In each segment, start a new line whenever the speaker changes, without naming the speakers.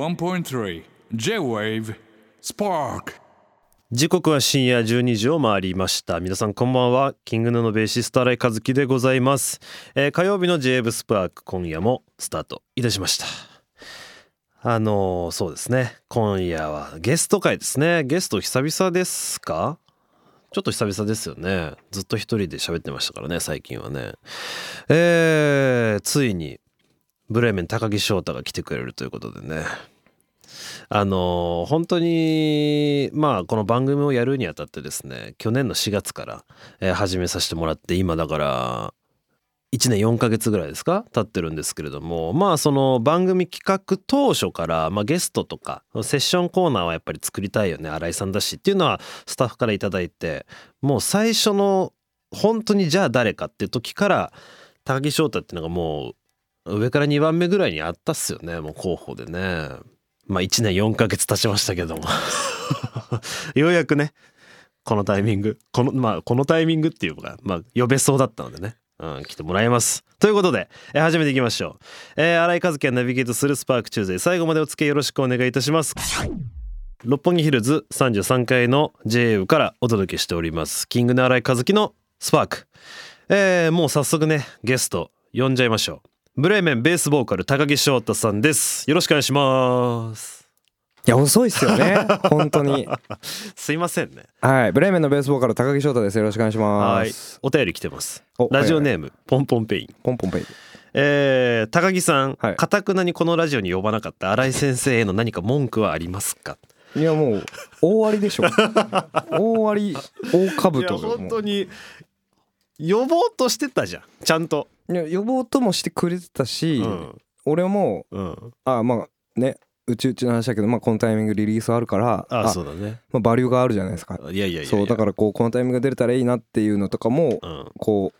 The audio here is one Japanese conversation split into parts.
81.3 J-Wave Spark
時刻は深夜12時を回りました皆さんこんばんはキングヌーのベーシスト新井和樹でございます、えー火曜日の j ェーブスパーク今夜もスタートいたしましたあのーそうですね今夜はゲスト会ですねゲスト久々ですかちょっと久々ですよねずっと一人で喋ってましたからね最近はねえーついにブレーメン高木翔太が来てくれるということでねあのー本当にまあこの番組をやるにあたってですね去年の4月から、えー始めさせてもらって今だから1年4ヶ月ぐらいですか経ってるんですけれどもまあその番組企画当初から、まあ、ゲストとかセッションコーナーはやっぱり作りたいよね新井さんだしっていうのはスタッフから頂いてもう最初の本当にじゃあ誰かって時から高木翔太っていうのがもう上から2番目ぐらいにあったっすよねもう候補でね。まあ1年4ヶ月経ちましたけども ようやくねこのタイミングこのまあこのタイミングっていうかまあ呼べそうだったのでね、うん、来てもらいますということで、えー始めていきましょう、えー、新井和樹がナビゲートするスパークチューズデー最後までお付き合いよろしくお願いいたします六本木ヒルズ33階の JA からお届けしておりますキングの新井和樹のスパークえーもう早速ねゲスト呼んじゃいましょうブレーメンベースボーカル高木翔太さんですよろしくお願いします
いや遅いっすよね本当に
すいませんね。
はいブレーメンのベースボーカル高木翔太ですよろしくお願いしま
はい
す。
お便り来てます
お。
ラジオネーム、ポンポンペイン。
ポンポンペイ
えー、高木さん、
はい
かたくなにこのラジオに呼ばなかった新井先生への何か文句はありますか
いやもう大ありでしょ大あり大
い
兜と
に、呼ぼうとしてたじゃん。ちゃんと。
いや予防ともしてくれてたし、
うん。
俺も
うん。
あまあねうちうちの話だけど、まあ、このタイミングリリースあるから
あそうだね。
まあ、バリューがあるじゃないですか
いやいやいやいや。
そうだからこうこのタイミングが出れたらいいなっていうのとかも
ら、うん。
こ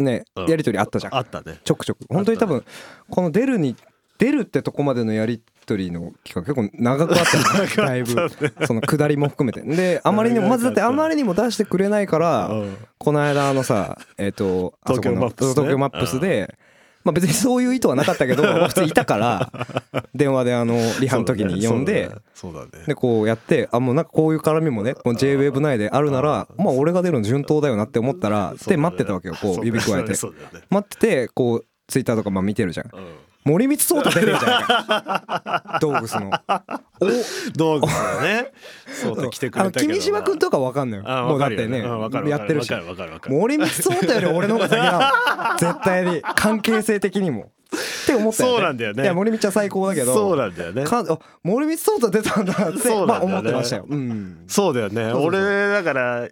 うね
うん
やり取りあったじゃん
あったね。
ちょくちょく本当に多分この出るに出るってとこまでのやり取りの期間結構長くあったよねだいぶその下りも含めてであまりにもまずだってあまりにも出してくれないから
うん
この間あのさえっとあそこ
東京
の
マップスね
東京マップスでまあ別にそういう意図はなかった けど普通いたから電話であのリハの時に呼んで。
そうだね。そうだね
でこうやってあもうなんかこういう絡みもねこの JWAVE 内であるならまあ俺が出るの順当だよなって思ったら
そうだ
で
ね
待ってたわけよこう指加えて
そうだね。そうだね
待っててこうツイッターとかまあ見てるじゃん
うん
森光聡太出てるじゃない かドーグスの
道具だね。 そうだ来てくれ
あ
た
の
けどな。
君島君とかわかんのよ
あ
もうだ
わか
っ
る
て
よ
ね
うんわかるわ
や
か
ってるし
わかるわかるわかる。
森光聡太より俺の方が先だもん絶対に関係性的にもって思ったよね
そうなんだよね
いや森光ちゃん最高だけど
そうなんだよね。
かあ森光聡太出たんだっ
そ
て
うな
ま
ん
あ
だよね
思ってましたようん
そうだよね。
そうそうそう
俺だから。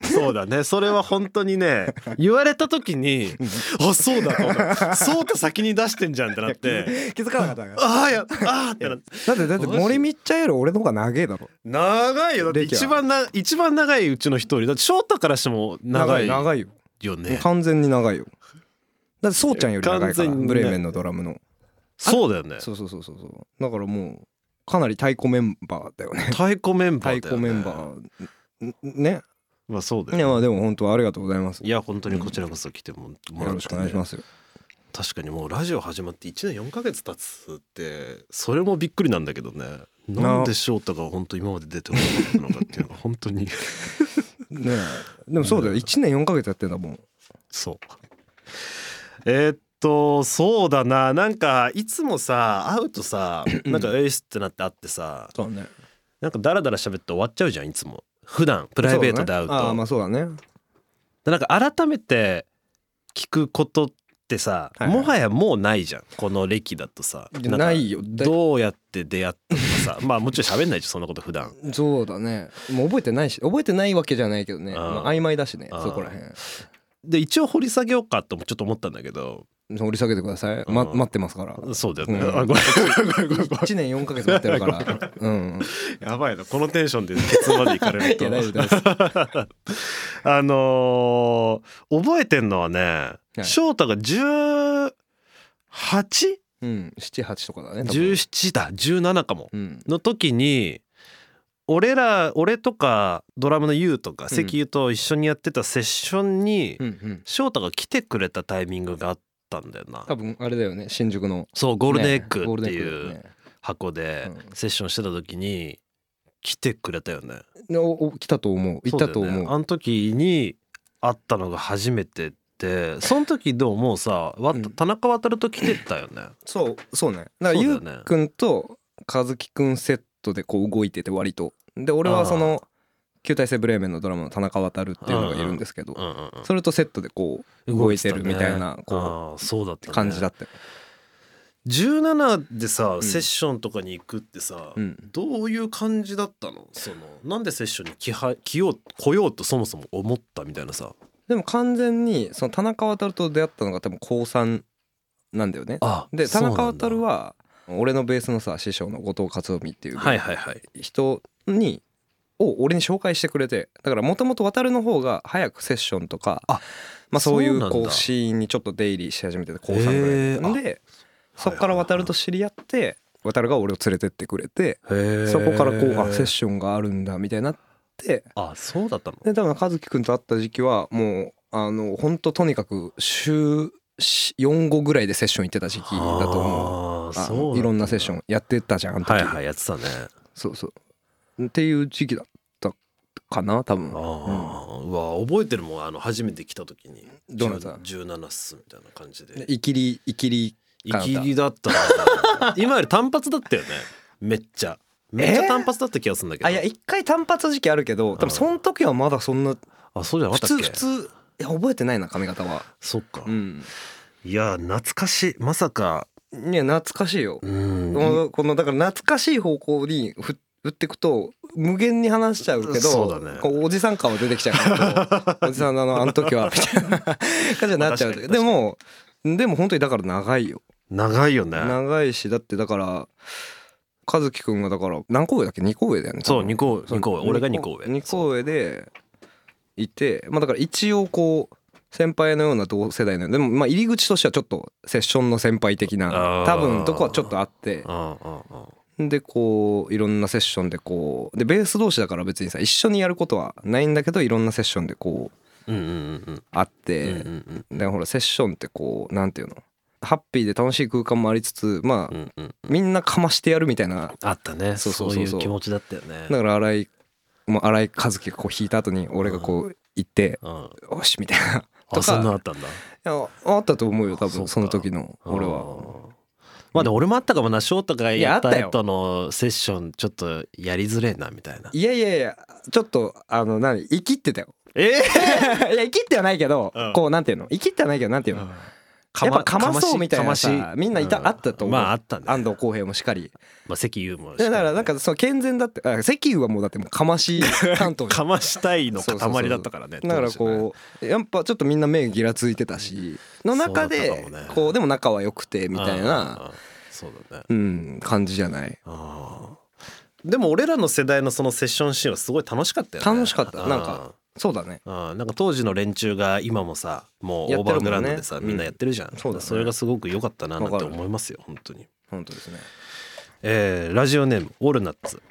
そうだねそれは本当に ね言われた時に「あそうだそうだそうだ先に出してんじゃん」ってなっ て
気づかなかっ
「
たから
ああやああ」ってなって
だってだって森光ちゃんより俺の方が長えだろ
長いよだって
歴は
一番な一番長いうちの一人だって翔太からしても長い
長いよ
よね
完全に長いよだってそうちゃんより長い
完
から
全にね
ブレーメンのドラムの
そうだよね
そうそうそうそうそうだからもうかなり太鼓メンバーだよね
太鼓メンバ
太
ーだよ
鼓
ね
メンバーね
まあそうだ
いやま
よ
あ
ね
でも本当ありがとうございます
い
よ
や本当にこちらこそ来てももらってね
ろしくお願いしますよ
確かにもうラジオ始まって1年4ヶ月経つってそれもびっくりなんだけどねなんで翔太が本当今まで出てこなかったのかっていうのが本当に
ねえでもそうだよ1年4ヶ月やってんだもん
そうえーっとそうだななんかいつもさ会うとさなんか「えいっす」ってなって会ってさ
そうね
なんかダラダラ喋って終わっちゃうじゃんいつも普段プライベートで会うと
ああまあそうだね
でなんか改めて聞くことってさ、
はいはい
もはやもうないじゃんこの歴だとさ
いや
んか
ないよだ
どうやって出会ったとかさまあもちろん喋んないじゃんそんなこと普段
そうだねもう覚えてないし覚えてないわけじゃないけどね
あー
まあ曖昧だしね
あー
そこらへ
で一応掘り下げようかともちょっと思ったんだけど
ん掘り下げてくださいま
うん
待ってますから
そうだよね、
うん
あご めんごめんごめんごめん
1年4ヶ月待ってる からうん
やばいなこのテンションでケツまでいかれる
い
と
や大丈夫大丈夫
あのー覚えてんのはね、
い
翔太が 18?17
うん78とかだね
だ
多分
17かも
うん
の時に俺ら俺とかドラムの YOU とか関 YOU と一緒にやってたセッションに
うんうん
翔太が来てくれたタイミングがあったんだよな
多分あれだよね新宿の
そうゴールデンエッグ
ねゴー
っ
ル
て
デン
い
エッ
う
グだよね
箱で
うん
セッションしてた時に来てくれたよね
でおお来たと思う行ったと思
そうだよねあの時に会ったのが初めてでその時どうもさわ
うん
田中渡ると来てたよね
そうそうねだか
そ
ら
うだ
ゆ
よ
う
ね
くんと和樹くんセットでこう動いてて割とで俺はその「旧体制ブレーメン」のドラマの田中渡るっていうのがいるんですけど
うんうんうん
それとセットでこう動
動
い
い
て
て
る
る
み
み
た
た
い
い
な
な
こ
そうだっ
う
た
感
感
じ
じ
だ
だ
ったよ
17でさ
ん
セッションとかに行くってさ
うん
どういう感じだったのそのなんでセッションに来は来よう来ようとそもそも思ったみたいなさ
でも完全にその田中渡と出会ったのが多分高3なんだよね
あ
で田中
た
渡
る
は俺のベースのさ師匠の後藤克臣っていう
はいはいはい
人にを俺に紹介してくれてだからもともと渡るの方が早くセッションとか
あ
まあ、そうい
そう
う
なんだ
こうシーンにちょっと出入りし始めてて高3ぐらいで
へ
でそっから渡ると知り合って渡るが俺を連れてってくれてそ
そ
こからこうあセッションがあるんだみたいになって
あそうだったの
で多分和樹くんと会った時期はもうあのほんととにかく週4後ぐらいでセッション行ってた時期だと思う
思
あのいろんなセッションやってたじゃんあの時、
はいはいやってたね
そうそうっていう時期だったかな多分
ああ、うわ覚えてるもんあの初めて来た時に
どうなった
17っすみたいな感じで
でイキリイキリ
イキリだったな今より単発だったよねめっちゃめっちゃ単発だった気がするんだけど、
あいや一回単発時期あるけど多分その時はまだそんな
あそうじゃなか
普
ったっけ
通普通いや覚えてないな髪型は
そっか、
うん
いや懐かしいまさか
いや懐かしいよ、
うん
もうこのだから懐かしい方向にふ振ってくと無限に話しちゃうけど
そうだね
こうおじさん感は出てきちゃうから こうおじさんのあのあの時はみたいな感じになっちゃう
まあ確かに確かに
でもでも本当にだから長いよ
長いよね
長いしだってだから和樹くんがだから何個上だっけ2個上だよね
そう
多分
二個
そう
二個上俺が二個上
二個上でいてまあだから一応こう先輩のような同世代のようなでもまあ入り口としてはちょっとセッションの先輩的な
あー
多分とこはちょっとあって
ああああ
でこういろんなセッションでこうでベース同士だから別にさ一緒にやることはないんだけどいろんなセッションでこう
うんうんうん
あ
う
っ
ん
て
うんうん
でほらセッションってこうなんていうのハッピーで楽しい空間もありつつま
う
あ
んうん
みんなかましてやるみたいな
あったね
そ
そうう
そうそうそう
いう気持ちだったよね
だから荒井もう荒井和樹がこう弾いた後に俺がこう行って
うん
「よし」みたいなと
あそんな
か
あったんだ
いやあったと思うよ
そ
多
う
分
か
その時の俺は。
ああまあでも俺もあったかもな翔太が
いやあ
や
っ
ったた
よ
後のセッションちょっとやりづれえなみたいない
やいやいやちょっとあの何生きって たよ。
ええ
いや生きってはないけど
うん
こうなんていうの生きってはないけどなんていうのやっぱかまそうみたいなさ
かまし
みんないた
う
あったと思う
まああったね
安藤浩平もしかり。
まあ関優もし
いやだから
ね
なんかその健全だってあ石油はもうだってもうかまし担当じゃ
か
ん
ましたいの塊だったからね
だからこうやっぱちょっとみんな目ギラついてたしの中
そうだ
で
ったかもね
こうでも仲は良くて
う
みたいな
そうだね
うん、感じじゃない。
あーでも俺らの世代のそのセッションシーンはすごい楽しかったよね
楽しかった
あー
なんかそうだね。
あーなんか当時の連中が今もさもう
や
オ
っ
ー
て
バ
るもんね
ーグラウンドでさみんなやってるじゃん、
うんそうだね
れがすごく良かったななん
わ
て
かる
思いますよ本当に
本当ですね。
えーラジオネームオールナッツ、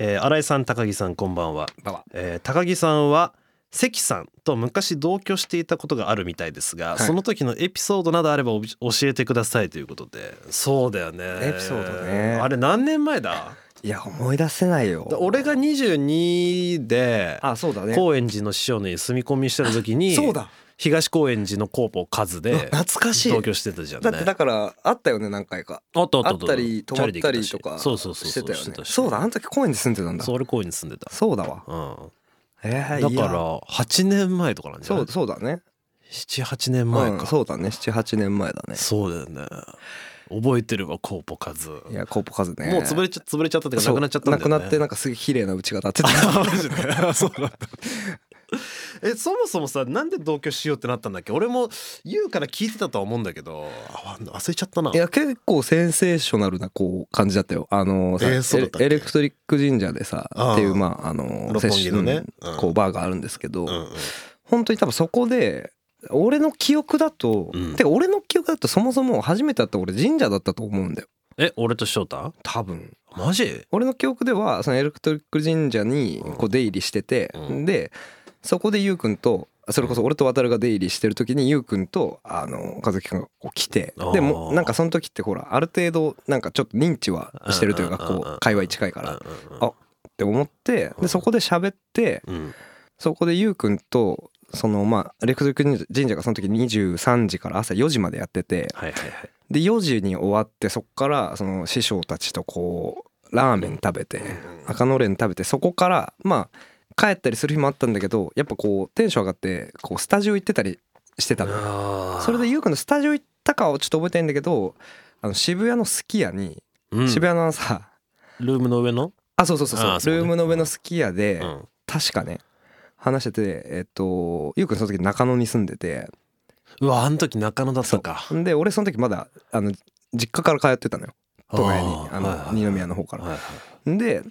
えー、新井さん高木さんこんばんは、
ばば。
えー高木さんは関さんと昔同居していたことがあるみたいですが、
い
その時のエピソードなどあればおび教えてくださいということでそうだよね
エピソードね
あれ何年前だ
いや思い出せないよ。
俺が22で
あそうだね。
高円寺の師匠に住み込みしてた時に
そうだ。
東高円寺のコーポカズで
懐かしい。
同居してたじゃんね
だってだからあったよね何回か。
あったあった
あったり
チ
泊
ャ
まっ
リで行
た
け
り
し
とか
そうそうそう
してたよね。
し
そうだあの時公園で住んでたんだ
そ。う俺高円寺住んでた
そうだわ。
うん
えー
だ
い
か
や
ら8年前とかなんじゃ
そ
ないう
そうだね。
78年前
うん
か、
そうだね七八年前だね。
そうだよね覚えてるわコーポカズも
いやコープ数ね。
う潰れちゃ潰れちゃったっていうか
そ
な
う
くなっちゃったんだよね
なくなってなんかすげえ綺麗なうちが建って た。
あ マジでそうなんだえそもそもさなんで同居しようってなったんだっけ俺も言うから聞いてたとは思うんだけどあ忘れちゃったない
や結構センセーショナルなこう感じだったよあのさ
えーそうだったっけ
エレエレクトリック神社でさ
あー
っていうまああの
六本木のね
セッション
うん
こうバーがあるんですけど、
うんうん
本当に多分そこで俺の記憶だと、
うん
てか俺の記憶だとそもそも初めて会った俺神社だったと思うんだよ
え俺と翔太
多分
マジ
俺の記憶ではそのエレクトリック神社にこう出入りしてて、
うん
でそこでゆうくんとそれこそ俺と渡るが出入りしてる時にゆうくんとあの和樹くんがこう来て
あー
でもなんかその時ってほらある程度なんかちょっと認知はしてるというか
うんうんうんうん
こう界隈近いからっ
うん
あて思って
うん
でそこで喋って
うん
そこでゆうくんとそのまあレクトリック神社がその時23時から朝4時までやってて
はいはいはい
で4時に終わってそこからその師匠たちとこうラーメン食べて赤のれん食べてそこからまあ帰ったりする日もあったんだけどやっぱこうテンション上がってこうスタジオ行ってたりしてたのよ
あー
それでゆうくんのスタジオ行ったかをちょっと覚えてないんだけどあの渋谷のすき家に
うん
渋谷のさ
ルームの上の
あそうそうそう
あ
そ
ーそううね
ルームの上のすき家で
うん
確かね話しててえっとゆうくんその時中野に住んでて
うわあの時中野だったか
んで俺その時まだあの実家から通ってたのよ
あ
都会にあ
ー
の二宮の方から
はいはい
で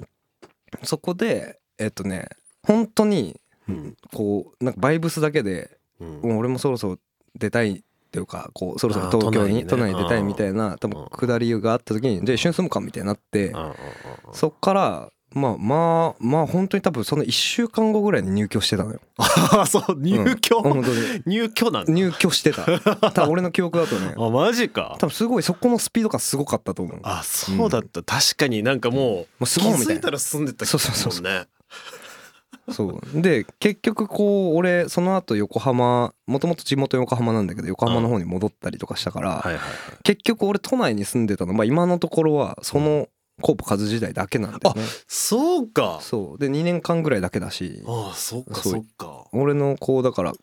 そこでえっとね本当に
うん
こうなんかバイブスだけで
うん
もう俺もそろそろ出たいっていうかこうそろそろ
あー
東京に
都
都
内
内
にね
に出たいみたいな多分下りがあった時にじゃあ一緒に住むかみたいになって
うんうんうん
そっからまあまあまあ本当に多分その1週間後ぐらいに入居してたのよ。
あーそう入居、
うん本当に
入居なんだ
入居して た多分俺の記憶だとね
あマジか
多分すごいそこのスピード感すごかったと思う。
あそうだった、確かになんかもう
もう
気
住もうみ
づ
たい
い
な
たら住んでた
そうそうそう
もんね
そうで結局こう俺その後横浜もともと地元横浜なんだけど横浜の方に戻ったりとかしたから、
はいはいはい
結局俺都内に住んでたの、まあ、今のところはそのコープ数時代だけなんだよね
そうか
そうで2年間ぐらいだけだし
ああそっか
そう
そっか
俺のこうだから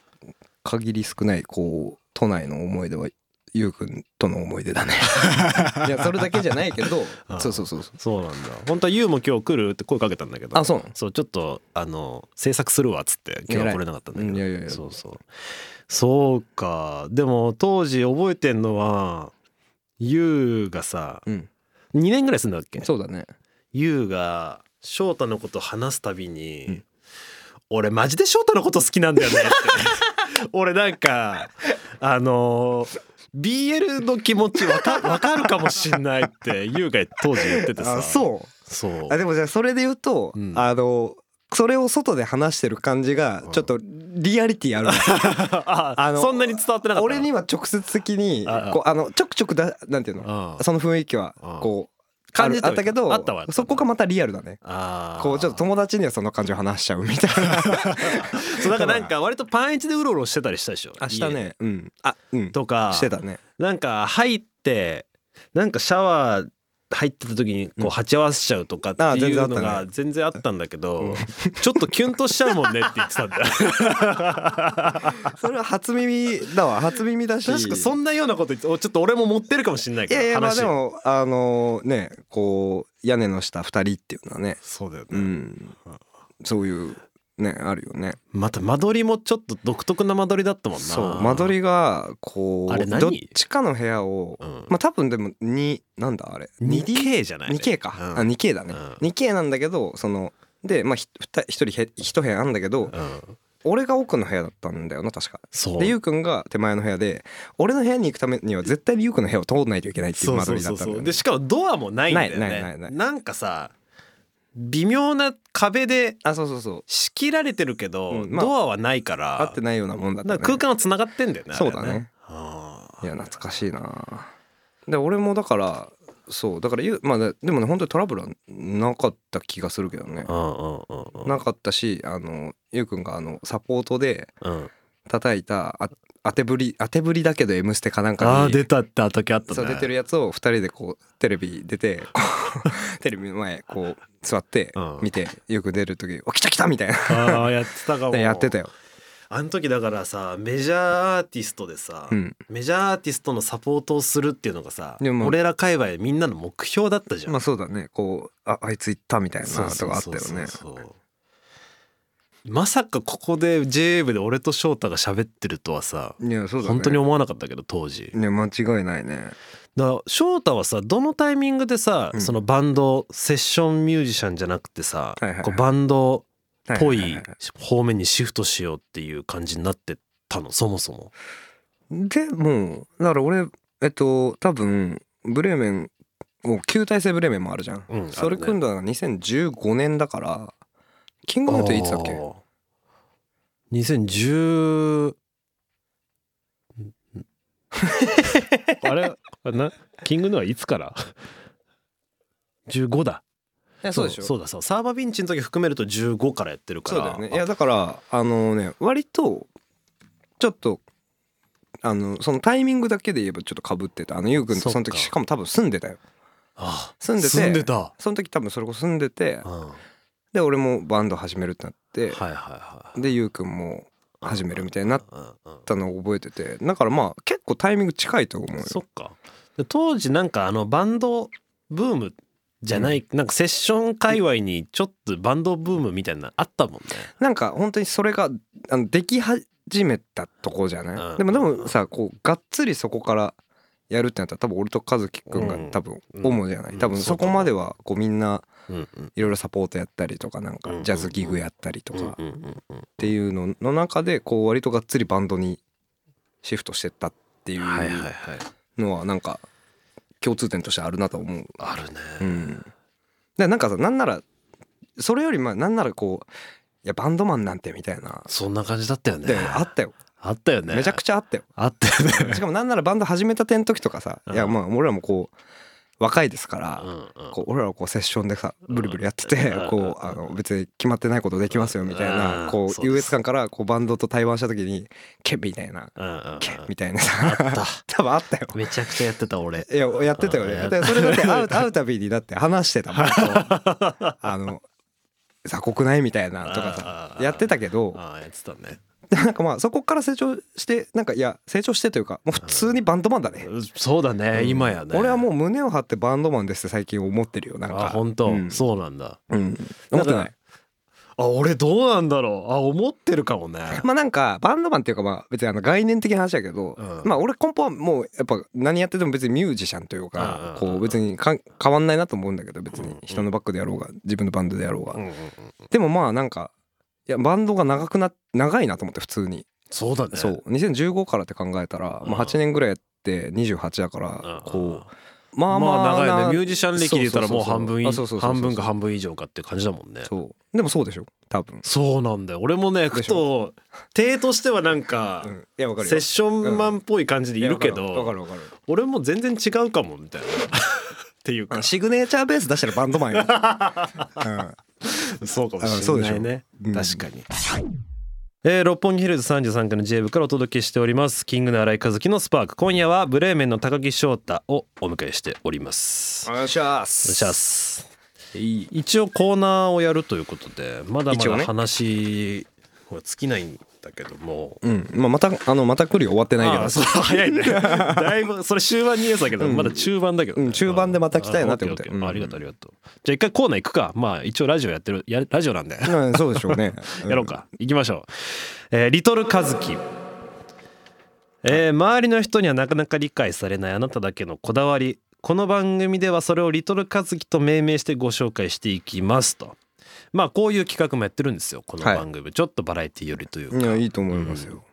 限り少ないこう都内の思い出はゆうくんとの思い出だ ねいやそれだけじゃないけ ど
あ
そうそうそうそう
そうなんだ本当は「ユウも今日来る?」って声かけたんだけど
あそうなの
そうちょっとあの制作するわっつって今日は来れなかったんだけど
偉いうんいやいやいや
そうそうそうかでも当時覚えてんのはユウがさ
うん
2年ぐらい住んだっけ
そうだね
ユウが翔太のこと話すたびに、
うん
俺マジで翔太のこと好きなんだよねって 俺なんかあのー BL の気持ちわかわかるかもしんないってユウが当時言っててさう
そう
そう
あでもじゃあそれで言うと、
うん
あのそれを外で話してる感じが
うん
ちょっとリアリティある、
あ
あの
そんなに伝わってなかった
俺には直接的に
ああ
こうあのちょくちょくだなんていうの
あ
その雰囲気は
あ
こう
感じて
あ
はい
るあったたけど
あったわ
そこがまたリアルだね
あー
こうちょっと友達にはその感じを話しちゃうみ たいな
そうだからなんか割とパンイチでうろうろしてたりしたでしょ
あした
家で
ねうんあうん
とか
してたね
なんか入ってなんかシャワー入ってた時に
う
こ
ん
う鉢合わせちゃうとかって
ああ
い
全然
う
あっ
の
た
が
ね
全然あったんだけ
う
ど
ん
ちょっとキュンとしちゃうもんねって言ってたんだ
それは初耳 だわ初耳だ し
確かそんなようなこと言っておちょっと俺も持ってるかもしんない
い
けど
やいやまあ
話
でもあのねこう屋根の下二人っていうのはね
そうだよね、
うんそういうねあるよね
また間取りもちょっと独特な間取りだったもんな
そう間取
り、
りがこ
あれ
う
何
どっちかの部屋を
うん
まあ多分でも2なんだあれ 2K じ
2K じゃない
2K か
うん
あ 2K だね
う
2K なんだけどそのでまあひふた一人へ一部屋あんだけど
うん
俺が奥の部屋だったんだよな確か
そう
でゆうくんが手前の部屋で俺の部屋に行くためには絶対にゆうくんの部屋を通らないといけないっていう間取りだったんだよね
でしかもドアもないんだよね
な
ないい
ないないない
んかさ微妙な壁で
あそうそうそう
仕切られてるけど、
うんまあ
ドアはないから
合ってないようなもんだった
なん
ね
か空間はつながってんだよね
そうだね
あれあ
い
ー
や懐かしいなで俺もだからそうだからゆうまあででもね本当にトラブルはなかった気がするけどね
うんうんうん
なかったしあのゆうくんがあのサポートで
うんうん
叩いたあ当てぶり当てぶりだけど「M ステ」かなんかに
あー出たって時あったね
そう出てるやつを2人でこうテレビ出てこ うテレビの前こう座って
うん
見てよく出る時「お来た来た!」みたいな
あーやってたかも
で やってたよ。
あの時だからさメジャーアーティストでさ、
うん
メジャーアーティストのサポートをするっていうのがさ
でも
俺ら界隈みんなの目標だったじゃん、
まあそうだねこうああいつ行ったみたいなとかあったよね
そうそうそうそうまさかここで j v で俺と翔太が喋ってるとはさ、
いやそうだね
本当に思わなかったけど当時
ね間違いないね
だから翔太はさどのタイミングでさ、
うん
そのバンドセッションミュージシャンじゃなくてさ、
はいはいはい
こうバンドっぽ
はははい
方面にシフトしようっていう感じになってたのそもそも
いでもだから俺えっと多分ブレーメンもう旧体制ブレーメンもあるじゃん、
うん
それ組んだのが2015年だからキングオブメントいつだっけ
あー2010 あれなキングヌーはいつから15だ
やそうでしょ
そうだそうサーバビンチの時含めると15からやってるか
そう
ら
だよねいやだからあのね割とちょっとあのそのタイミングだけで言えばちょっとかぶってたあのゆうくんとその
そっ
時
か
しかも多分住んでたよ
ああ
住んでて
住んでた、
その時多分それこそ住んでて
うん、は
で俺もバンド始めるってなっ
い
て
はいはい
でゆうくんも始めるみたいになっ
うんうん
たのを覚えててだからまあ結構タイミング近いと思うよ
そっかで当時なんかあのバンドブームじゃない、なんかセッション界隈にちょっとバンドブームみたいなのあったもんね
なんか本当にそれがあのでき始めたとこじゃない、
うん
でもでもさこうがっつりそこからやるってなったら多分俺と和樹くんが多分
うん
主じゃない、
うん
多分そこまではこうみんな
うんうん
いろいろサポートやったりとかなん
うんう
か
ん
ジャズギグやったりと
うん
かっ
うんうんうん
ていうのの中でこう割とがっつりバンドにシフトしてったっていう
はいはいはい
のはなんか共通点としてあるなと思う
あるね
うん、でなんかさなんならそれよりまあなんならこういやバンドマンなんてみたいな
そんな感じだったよね
であったよ
あったよね
めちゃくちゃあったよ
あったよ ね
しかもなんならバンド始めたての時とかさ
うん
いやまあ俺らもこう若いですから
うんうん
こう俺らはこうセッションでさブリブリやってて
うん
こうあの別に決まってないことできますよみたい
うん
なこ
そう
う
です
優越感からこうバンドと対バンした時にケンみたいな
うんうんうん
ケンみたいな
あっ
さ
た
多分あったよ
めちゃくちゃやってた俺
いややってたよね
うん
だからそれだって会う会うたびにだって話して たもんこうあの雑魚くないみたいなとかさ
うん
やってたけど
ああやってたね
なんかまあそこから成長してなんかいや成長してというかもう普通にバンドマンだね
そうだね、
うん
今やね
俺は
う
もう胸を張ってバンドマンですって最近思ってるよなんか
あ本当、
うん
そうなんだ
うん思って
だ
な
か
い
あ俺どうなんだろうあ思ってるかもね
まあなんかバンドマンっていうかまあ別にあの概念的な話だけど、
うん
まあ俺根本はもうやっぱ何やってても別にミュージシャンというか
うんうんうん
こう別にかん変わんないなと思うんだけど別に人のバックでやろうが自分のバンドでやろうが、
うんうんうん
でもまあなんかいやバンドが長くな長いなと思って普通に、
そうだね
そう2015からって考えたら、
う
まあ、
ん
8年ぐらいやって28だか
うんうん
らこうまあまあ
まあ長いね
な
ミュージシャン歴で言ったらもう
そうそうそうそう
半分い
あそうそうそうそう
半分か半分以上かって感じだもんね
そうでもそうでしょ多分、
そうなんだよ俺もね
で
ふ
し
と手としてはなんか、
うん、いやわかるよ
セッションマンっぽい感じでいるけ
いやわか
ど
るわかるわか
俺も全然違うかもみたいな っていう
る
か
シグネチャーベース出してるバンドマン よ、うん
そうかも
あそ
し
う
れ
でし
な
ょ
いね
うん
確かに、えー六本木ヒルズ33区の J 部からお届けしておりますキングの新井和樹のスパーク今夜はブレーメンの高木翔太をお迎えしております
お願いしま
お
す
願いします
いい
一応コーナーをやるということでまだま
一応
だ
ね
話は尽きないんだけども、
うんまあ、またあのまた来るよ終わってないけ
あ
ど
あそう早いねだいぶそれ終盤に言えたけど、
うん
まだ中盤だけどね、
うん中盤でまた来たいなって思って
あオッケーオッケー
うん
ありがとうありがとうじゃあ一回コーナー行くかまあ一応ラジオやってるやラジオなんでや
うんそうでしょうね
ろうか行きましょう、えーリトルカズキえー周りの人にはなかなか理解されないあなただけのこだわりこの番組ではそれをリトルカズキと命名してご紹介していきますとまあこういう企画もやってるんですよこの番組、ちょっとバラエティ寄りというか
うんいやいいと思いますよ、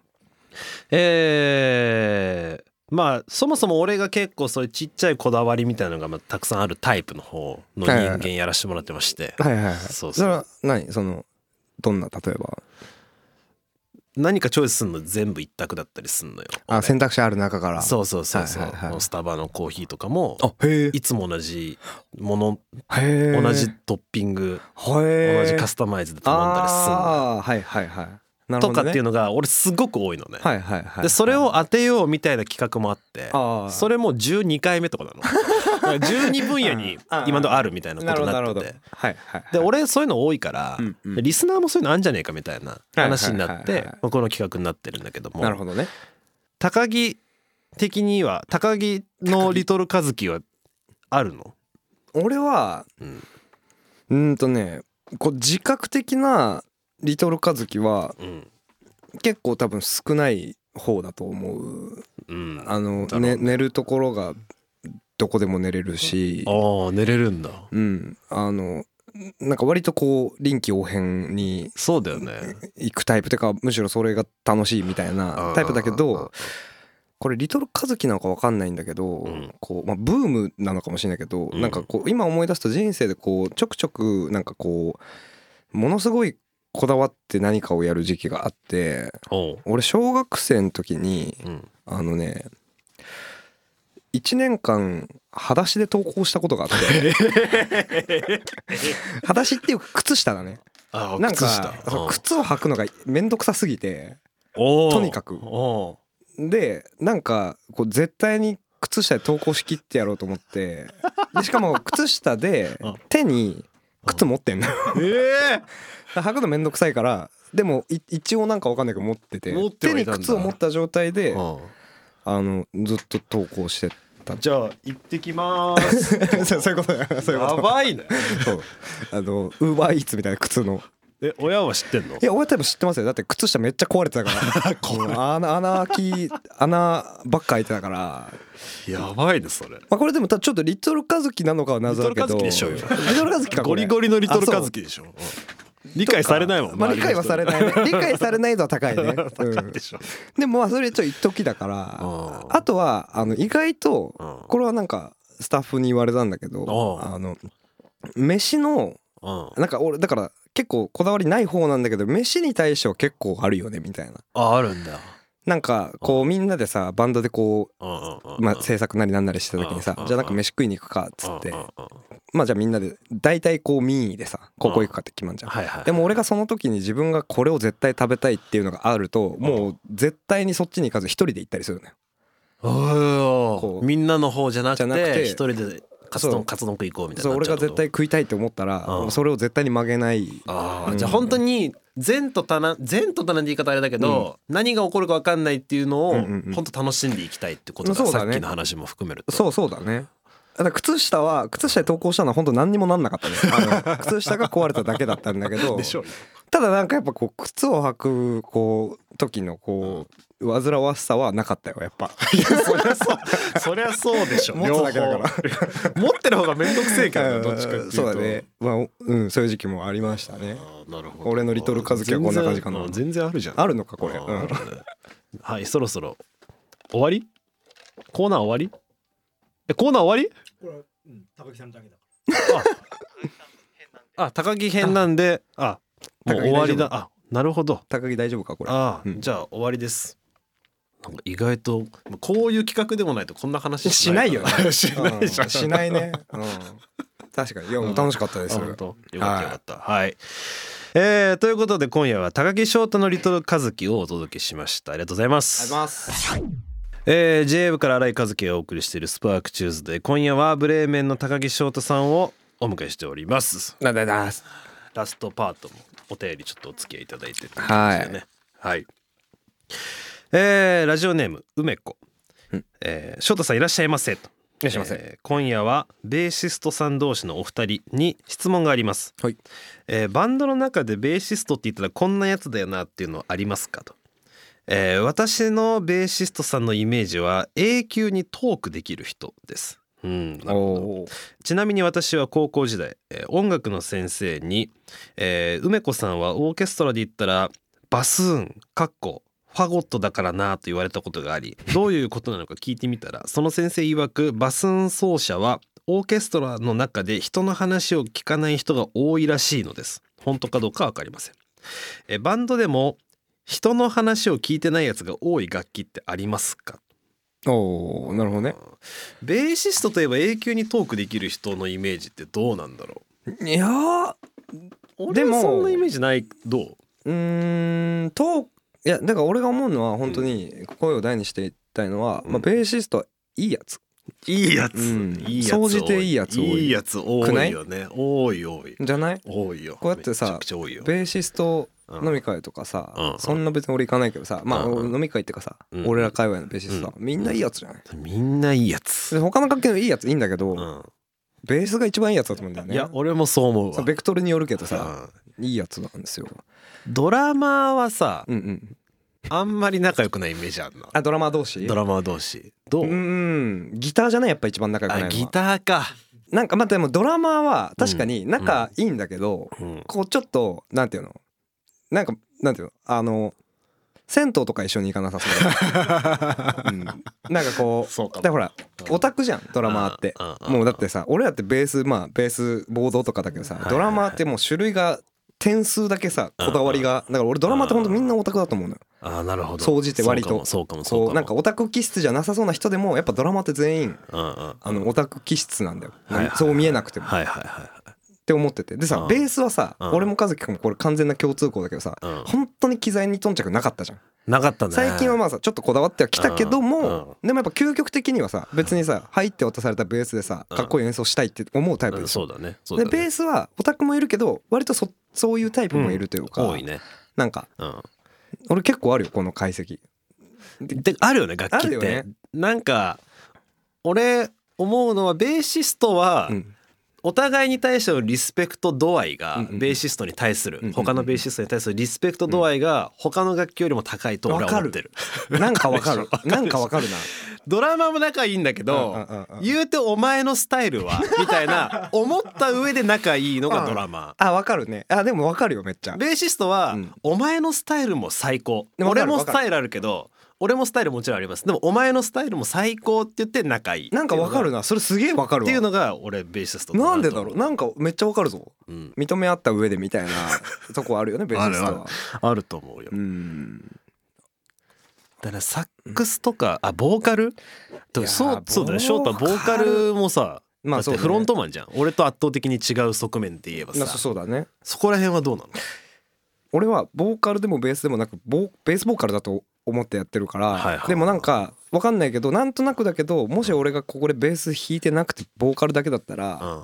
えーまあそもそも俺が結構そういうちっちゃいこだわりみたいなのがまあたくさんあるタイプの方の人
はいはいは
間やらせてもらってまして、
はいはいはい
そうそう
れは何そのどんな例えば
何かチョイスするの全部一択だったりすんのよ。
あ選択肢ある中から
そうそうそうそう、
はいはいはい
スタバのコーヒーとかも
あへえ
いつも同じもの
へえ
同じトッピング、同じカ
ス
スタマイズで
タ
頼んだりすんのよ
ああはいはいはいなる
と
ほどね
かっていうのが俺すごく多いのね。
はいはいはい
でそれを当てようみたいな企画もあって
ああ
それも12回目とか なのだから12分野に今のあるみたいなこ
なる
とに
ほどな
な
る
っ
ほ
て
ど
て
はいはい
で俺そういうの多いから
うんうん
リスナーもそういうのあんじゃねえかみたいな話になっ
はいはいはい
て
はいはい
まあこの企画になってるんだけども
なるほどね
高木的には高木のリトルカズキはあるの
俺は
うん
うーんとねこう自覚的なリトルカズキは
うん
結構多分少ない方だと思う
うんあ
あの、
だろうね
ね、寝るところがどこでも寝れるし
あ寝れるんだ
うんあのなんか割とこう臨機応変に
そうだよね
行くタイプてかむしろそれが楽しいみたいなタイプだけどこれリトルカズキなのか分かんないんだけど、
うん
こうまあ、ブームなのかもしれないけど、
うん
なんかこう今思い出すと人生でこうちょくちょくなんかこうものすごいこだわって何かをやる時期があって
おう
俺小学生の時に
うん
あのね1年間裸足で登校したことがあって 裸足っていうか靴下だね
あ
なん
靴下
か
うん
靴を履くのがめんどくさすぎて
おう
とにかく
お
でなんかこう絶対に靴下で登校しきってやろうと思ってでしかも靴下で
うん
手に靴持ってんの
うえ
履くのめんどくさいからでもい一応なんかわかんないけど持ってて
持って
手
はい
に
たんだ
靴を持った状態
え
で
うん
あのずっと登校して
じゃあ行ってきまーす
そうそういうことだよそう いう
や
こと
ばいね
そうあのウーバーイーツみたいな靴の
え親は知ってんの
いや俺多分知ってますよだって靴下めっちゃ壊れてた から穴穴開き穴ばっか開いてたから
やばいねそれ
まあこれでもたちょっとリトルカズキなのかは謎だけ
リ
ど
トルカズキでしょうよ
リトルカズキかこ
ゴ
れ
リゴリのリトルカズ
あ
キでしょうん理解されないも
そ
ん
うまあ理解はされないね理解されない度 は高いね、う
ない
ん
で、しょ
でもまあそれちょっと一時だから
うん
あとはあの意外と
うん
これはなんかスタッフに言われたんだけど
ああ
あの飯の
うん
なんか俺だから結構こだわりない方なんだけど飯に対しては結構あるよねみたいな
ああるんだ
なんかこうみんなでさバンドでこ
うんうんうんう
うんまあ制作なりなんなりしてた時にさ
うん
じゃあなんか飯食いに行くかっつって
うんうんうん
まあじゃあみんなで大体こう民意でさここ行くかって決まんじゃん
はいはい
でも俺がその時に自分がこれを絶対食べたいっていうのがあるともう絶対にそっちに行かず一人で行ったりするのよ
お
こ
お
う
みんなの方じゃなく
じゃなく
て
て
一人でカツ
そ
丼
う
カツ丼食い行こうみたい
そ
に
う
なっ
俺
ちゃ
が
うってこ
絶
と
対食いたいって思った
う
ら
ん
それを絶対に曲げない
ああ
うん
じゃあ本当に善とたな善と棚って言い方あれだけど、何が起こるか分かんないっていうのを
うんうんうん
本当楽しんでいきたいってことだ,、
そうだね
さっきの話も含めると
そうそうだねだから靴下は靴下で投稿したのは本当何にもなんなかったねあ の靴下が壊れただけだったんだけど
でしょう
ただなんかやっぱこう靴を履くこう時のこう煩わしさはなかったよやっ ぱ
いやそりゃそうそりゃそうでしょ
持つだけだから
ら持ってる方が面倒くせえからなどっちかっていうと
そうだねまあうんそういう時期もありましたね
あーなるほど
俺のリトルカズキはこんな感じかな
全然全然あるじゃん
あるのかこれ
あ
うん
ーあるねはいそろそろ終わりコーナー終わりえコーナー終わり
これは、うん、高木さんだけだか
あ高木編なんであもう
高木
終わり
大
だあなるほど
高木大丈夫かこれ
ああ
うん
じゃあ終わりですなんか意外とこういう企画でもないとこんな話
しないよ
ねしないでしょ
うんしない ね、うん、確かにいやもう楽しかったで
あ
す
本当よかったよかったはい、えーということで今夜は高木翔太のリトルカズキをお届けしましたありがとうございます
ます
えー、j w から新井和樹がお送りしているスパークチューズで今夜はブレーメンの高木翔太さんをお迎えしております
なんだだ
ラストパートもお便りちょっとお付き合いいただいてって感じでねはい、えーラジオネーム梅子、えー翔太さんいらっしゃいませと
いらっしゃいませ
えー今夜はベーシストさん同士のお二人に質問があります、
はい
えーバンドの中でベーシストって言ったらこんなやつだよなっていうのありますかと、えー私のベーシストさんのイメージは永久にトークできる人ですうんなるほど
おー
ちなみに私は高校時代、えー音楽の先生に、えー梅子さんはオーケストラで言ったらバスーンかっこファゴットだからなと言われたことがありどういうことなのか聞いてみたらその先生曰くバスーン奏者はオーケストラの中で人の話を聞かない人が多いらしいのです本当かどうかわかりません、えーバンドでも人の話を聞いてないやつが多い楽器ってありますか
おーなるほどね
ベーシストといえば永久にトークできる人のイメージってどうなんだろう
いやー
俺
で
も
も
そんなイメージないどう
うーんといやだから俺が思うのは本当に声を大にして言いたいのは、
うん
まあ、ベーシストはいいやつ
いいやつ、
うん
いいやつ
総じていいやつ多い
いいやつ多いよね多い多い
じゃない
多いよ
こうやってさ
めちゃくちゃ多いよ
ベーシスト
うん
飲み会とかさ、
うん
そんな別に俺行かないけどさ、まあ
うん
飲み会っていうかさ、
うん
俺ら界隈のベーシストはみんないいやつじゃない、
みんないいやつ
で、他の楽器のいいやついいんだけど、
うん
ベースが一番いいやつだと思うんだよね
いや俺もそう思う
そ
わ
うベクトルによるけどさ、
さ
いいやつなんですよ
ドラマーはさ
うんうん
あんまり仲良くないイメージあるな
あドラマー同士
ドラマー同士どう、
うんうんギターじゃないやっぱ一番仲良くないの
あ
は
ギターか、
なんかまあでもドラマーは確かに仲いいんだけど、
うん、
こうちょっとなんていうのなんかなんていうのあの銭湯とか一緒に行かな さそう、うん、なんかこう
そうかも
だからほらオタクじゃんドラマーって
ああああ
もうだってさ俺らってベースまあベースボードとかだけどさ
いはい
ドラマーってもう種類が点数だけさこだわりがだから俺ドラマってほんとみんなオタクだと思うのよ
ああなるほど
総じて割と
そうかもそうかもそう
こ
かも
うなんかオタク気質じゃなさそうな人でもやっぱドラマって全員
うんうんはい
あのオタク気質なんだよ、
はいはい
そう見えなくても、
はいはい
って思っててでさ
うん
ベースはさ、
うん
俺も和樹君もこれ完全な共通項だけどさ、
うん
本当に機材に頓着なかったじゃん
なかったね
最近はまあさちょっとこだわってはきたけど
うん
も、でもやっぱ究極的にはさ別にさ入って渡されたベースでさ
うん
かっこいい演奏したいって思うタイプ
う
で
ん
しょ
そうだねそう
で
だね
ベースはオタクもいるけど割とそそういうタイプもいるというか、
多いね
なんか
うん
俺結構あるよこの解析
であるよね楽器
ある
っ
よ
て、
ね
なんか俺思うのはベーシストは
うん
お互いに対してのリスペクト度合い
うん
が
うんうん
ベーシストに対する、
うんうん
他のベーシストに対するリスペクト度合いが他の楽器よりも高いと俺は思ってる
なんかわ かるなんかわかるな
ドラマも仲いいんだけど、
うんうんうんうん
言うてお前のスタイルはみたいな思った上で仲いいのがドラマ、
あわかるねあでもわかるよめっちゃ
ベーシストは、
うん
お前のスタイルも最高
わか
俺
る
もスタイルあるけど俺もスタイルもちろんありますでもお前のスタイルも最高って言って仲いい
なんかわかる
っ
なそれすげえわかるわ
ていうのが俺ベーシスト
なんでだろうなんかめっちゃわかるぞ
う、うん、
認め合った上でみたい なとこあるよねベーシストは
あると思うよ
うん
だからサックスとかあボーカル
いやー
そうそうだね翔太
ボ
ボ
ー
ー
カ
カ
ル
ルもさ
ま
だ
あ
っ
そう
て
だね
フロントマンじゃん俺と圧倒的に違う側面で言えばさ
まあそうそうだね
そこら辺はどうなの
俺はボーカルでもベースでもなくボーベースボーカルだと思ってやってるから、
はいはい
でもなんかわかんないけどなんとなくだけどもし俺がここでベース弾いてなくてボーカルだけだったら、
うん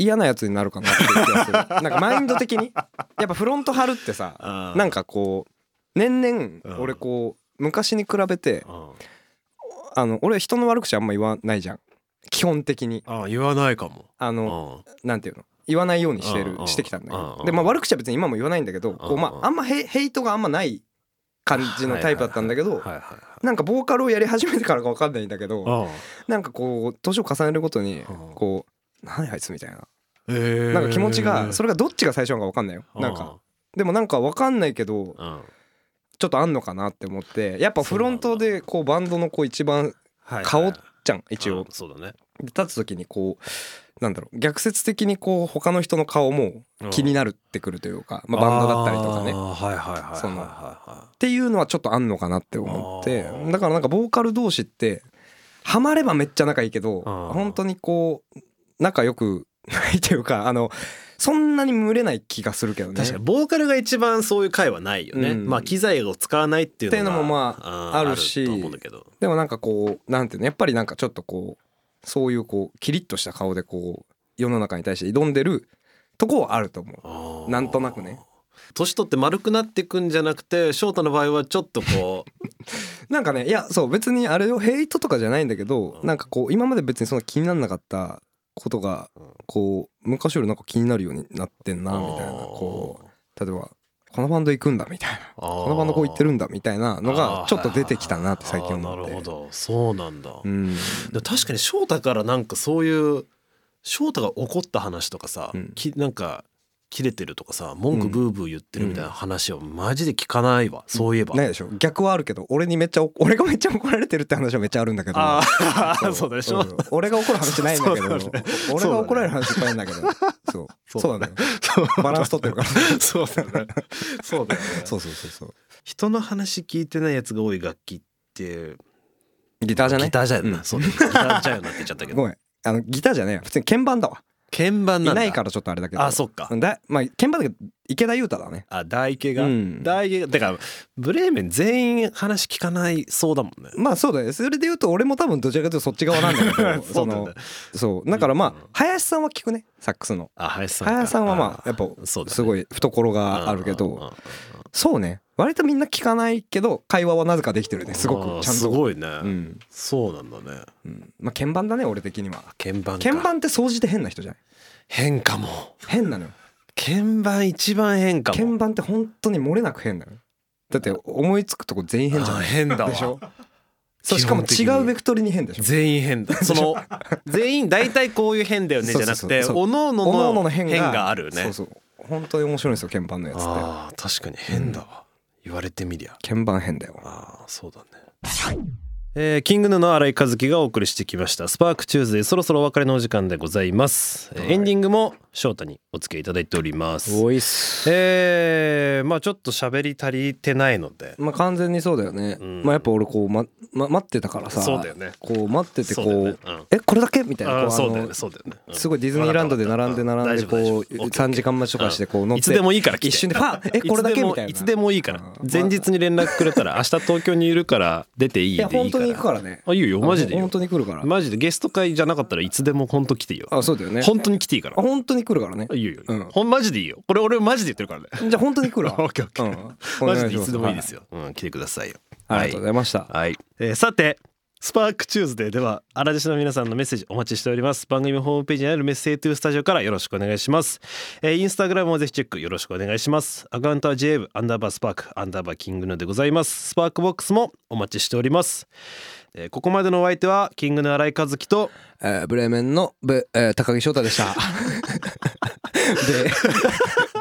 嫌なやつになるかなっていう気がする なんかマインド的にやっぱフロント張るってさ
あー
なんかこう年
うん
々俺こう昔に比べて
うん
あの俺人の悪口あんま言わないじゃん基本的に
あ言わないかも
あ
うん
のなんていうの言わないようにして
う
る
んうん
してきたんだけ
うんう
ど
ん
でまあ悪口は別に今も言わないんだけどこう
うん
ま
うん
ああんまヘイヘイトがあんまない感じのタイプだったんだけど
はいはいはい
なんかボーカルをやり始めてからか分かんないんだけど
はい
なんかこう年を重ねるごと
う
に
ん
こう「何あいつ」みたいな
うんえー
なんか気持ちがそれがどっちが最初なのか分かんないよなんかでもなんか分かんないけど
うんうん
ちょっとあんのかなって思ってやっぱフロントでこうバンドのこう一番
はい
顔じゃん一
うん
応
そうだね
で立つ時にこうなんだろう逆説的にこう他の人の顔も気になるってくるというかまあバンドだったりとかね
あー
っ
はいはいはいはい
その
は
ていうのはちょっとあんのかなって思って
あー
だからなんかボーカル同士ってハマればめっちゃ仲いいけど
あー
本当にこう仲良くないというかあのそんなに群れない気がするけど
い
ね。
確かにボーカルが一番そういう回はないよね、
うん
まあ機材を使わないっていうのが
っていうのもまあ
うん
あるし
と思うんだけど
でもなんかこうなんていうのやっぱりなんかちょっとこうそういうこうキリッとした顔でこう世の中に対して挑んでるとこはあると思う。
あー
なんとなくね
年取って丸くなってくんじゃなくて翔太の場合はちょっとこ
なんかねいやそう別にあれをヘイトとかじゃないんだけどなんかこう今まで別にそんな気にならなかったことがこう昔よりなんか気になるようになってん
う
なみたいなこう例えばこのバンド行くんだみたいなこ
こ
のバンドこう行ってるんだみたいなのがちょっと出てきたなって最
あー
近思
な
っ
るほ
て。
どそうなんだ、
うん
でも確かに翔太からなんかそういう翔太が怒った話とかさ、
うん
きなんか切れてるとかさ文句ブーブー言ってるみたいな話をマジで聞かないわ、そういえば。
ないでしょ逆はあるけど俺にめっちゃ怒俺がめっちゃ怒られてるって話はめっちゃあるんだけど
ああ そうだね翔
う
太
ん俺が怒る話ないんだけど
そうそうだね
俺が怒られる話いっぱいあるんだけどそうそうだね
そう
バランス取ってるから
そうだねそうだよね
そうそうそうそう
人の話聞いてないやつが多い楽器って
ギターじゃない
ギターじゃよな、
うん
そうだよギターじゃよなって言っちゃった けど
ごめんあのギターじゃないや普通に鍵盤だわ
鍵盤なんだ
いないからちょっとあれだけど
あそっか
だまあ鍵盤だけど池田裕太だね
あ台形が、
うん
台形がだからブレーメン全員話聞かないそうだもんね
まあそうだよそれで言うと俺も多分どちらかというとそっち側なんだけど
そうなんだ
のそうだからまあ林さんは聞くねサックスの
あ林さんか
林さんはまあやっぱ
そうだね
すごい懐があるけ
うんうんうん
どそうね割とみんな聞かないけど会話はなぜかできてるねすご
あー
くちゃん
す
と
ごいね、
うん
そうなんだね
うんまあ鍵盤だね俺的には
鍵盤か
鍵盤って掃除で変な人じゃない
変かも
変なのよ
鍵盤一番変かも
鍵盤って本当に漏れなく変なのよだって思いつくとこ全員変じゃ
あー
ない
変だわ
でしょそうしかも
基本的
違
に
うベクトルに変でしょ
全員変だその全員大体こういう変だよねじ
そう
ゃ
そ
な
うそ
く
う
て
そう
おのお
おのお
の
の
の
の
変
変が
があるね
そうそう本当に面白いんですよ鍵盤のやつって
あー確かに変だわ、言われてみりゃ
鍵盤変だよ
あーそうだねえーキングヌーの新井和樹がお送りしてきました「スパークチューズデー」そろそろお別れのお時間でございます、えーエンディングも翔太にお付き合いいただいております
いっす
えー、まあちょっと喋り足りてないので
まあ完全にそうだよね、
うん
まあやっぱ俺こう、まま、待ってたからさ
そうだよね
こう待っててこう
そうだよねうん
えこれだけみたいな
あ
こ
ー
う
そうだ
あ
よ
の
ねそうだよね、うん
すごいディズニーランドで並んで
わかった
並んで
大丈
こ
夫
う
大丈夫 OK
3時間待ちとかしてこう乗って
いつでもいいから来て
一瞬でパッえこれだけみたいない
つでもいつでもいいから
うん
前日に連絡くれたら明日東京にいるから出ていいで
い
い
や
いから
本当に行くからね
あいいよマジでいいよ
本当に来るから
マジでゲスト会じゃなかったらいつでも本当来ていいよ
あそうだよね
本当に来ていいから
あ本当に来るからね
あいいよいいよ、
うん
ほんマジでいいよこれ俺マジで言ってるからね
じゃあ本当に来るわ
オッケーオッケー
うん
マジでいつでもいいで
よ
すよ、うん来てくださいよ
ありがとうございました。
はい、えーさてスパークチューズデーでは荒弟子の皆さんのメッセージお待ちしております番組ホームページにあるメッセージトゥースタジオからよろしくお願いします、えーインスタグラムもぜひチェックよろしくお願いしますアカウントは j a アンダーバースパークアンダーバーキングヌーでございますスパークボックスもお待ちしております、えーここまでのお相手はキングヌー荒井和樹と
えーブレーメンのブ、えー高木翔太 でした。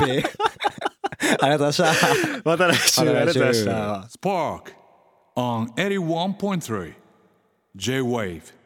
で、 で、ありがとうございました。
また来週ありがとうございまし
また来週
た
Spark on 81.3 J-Wave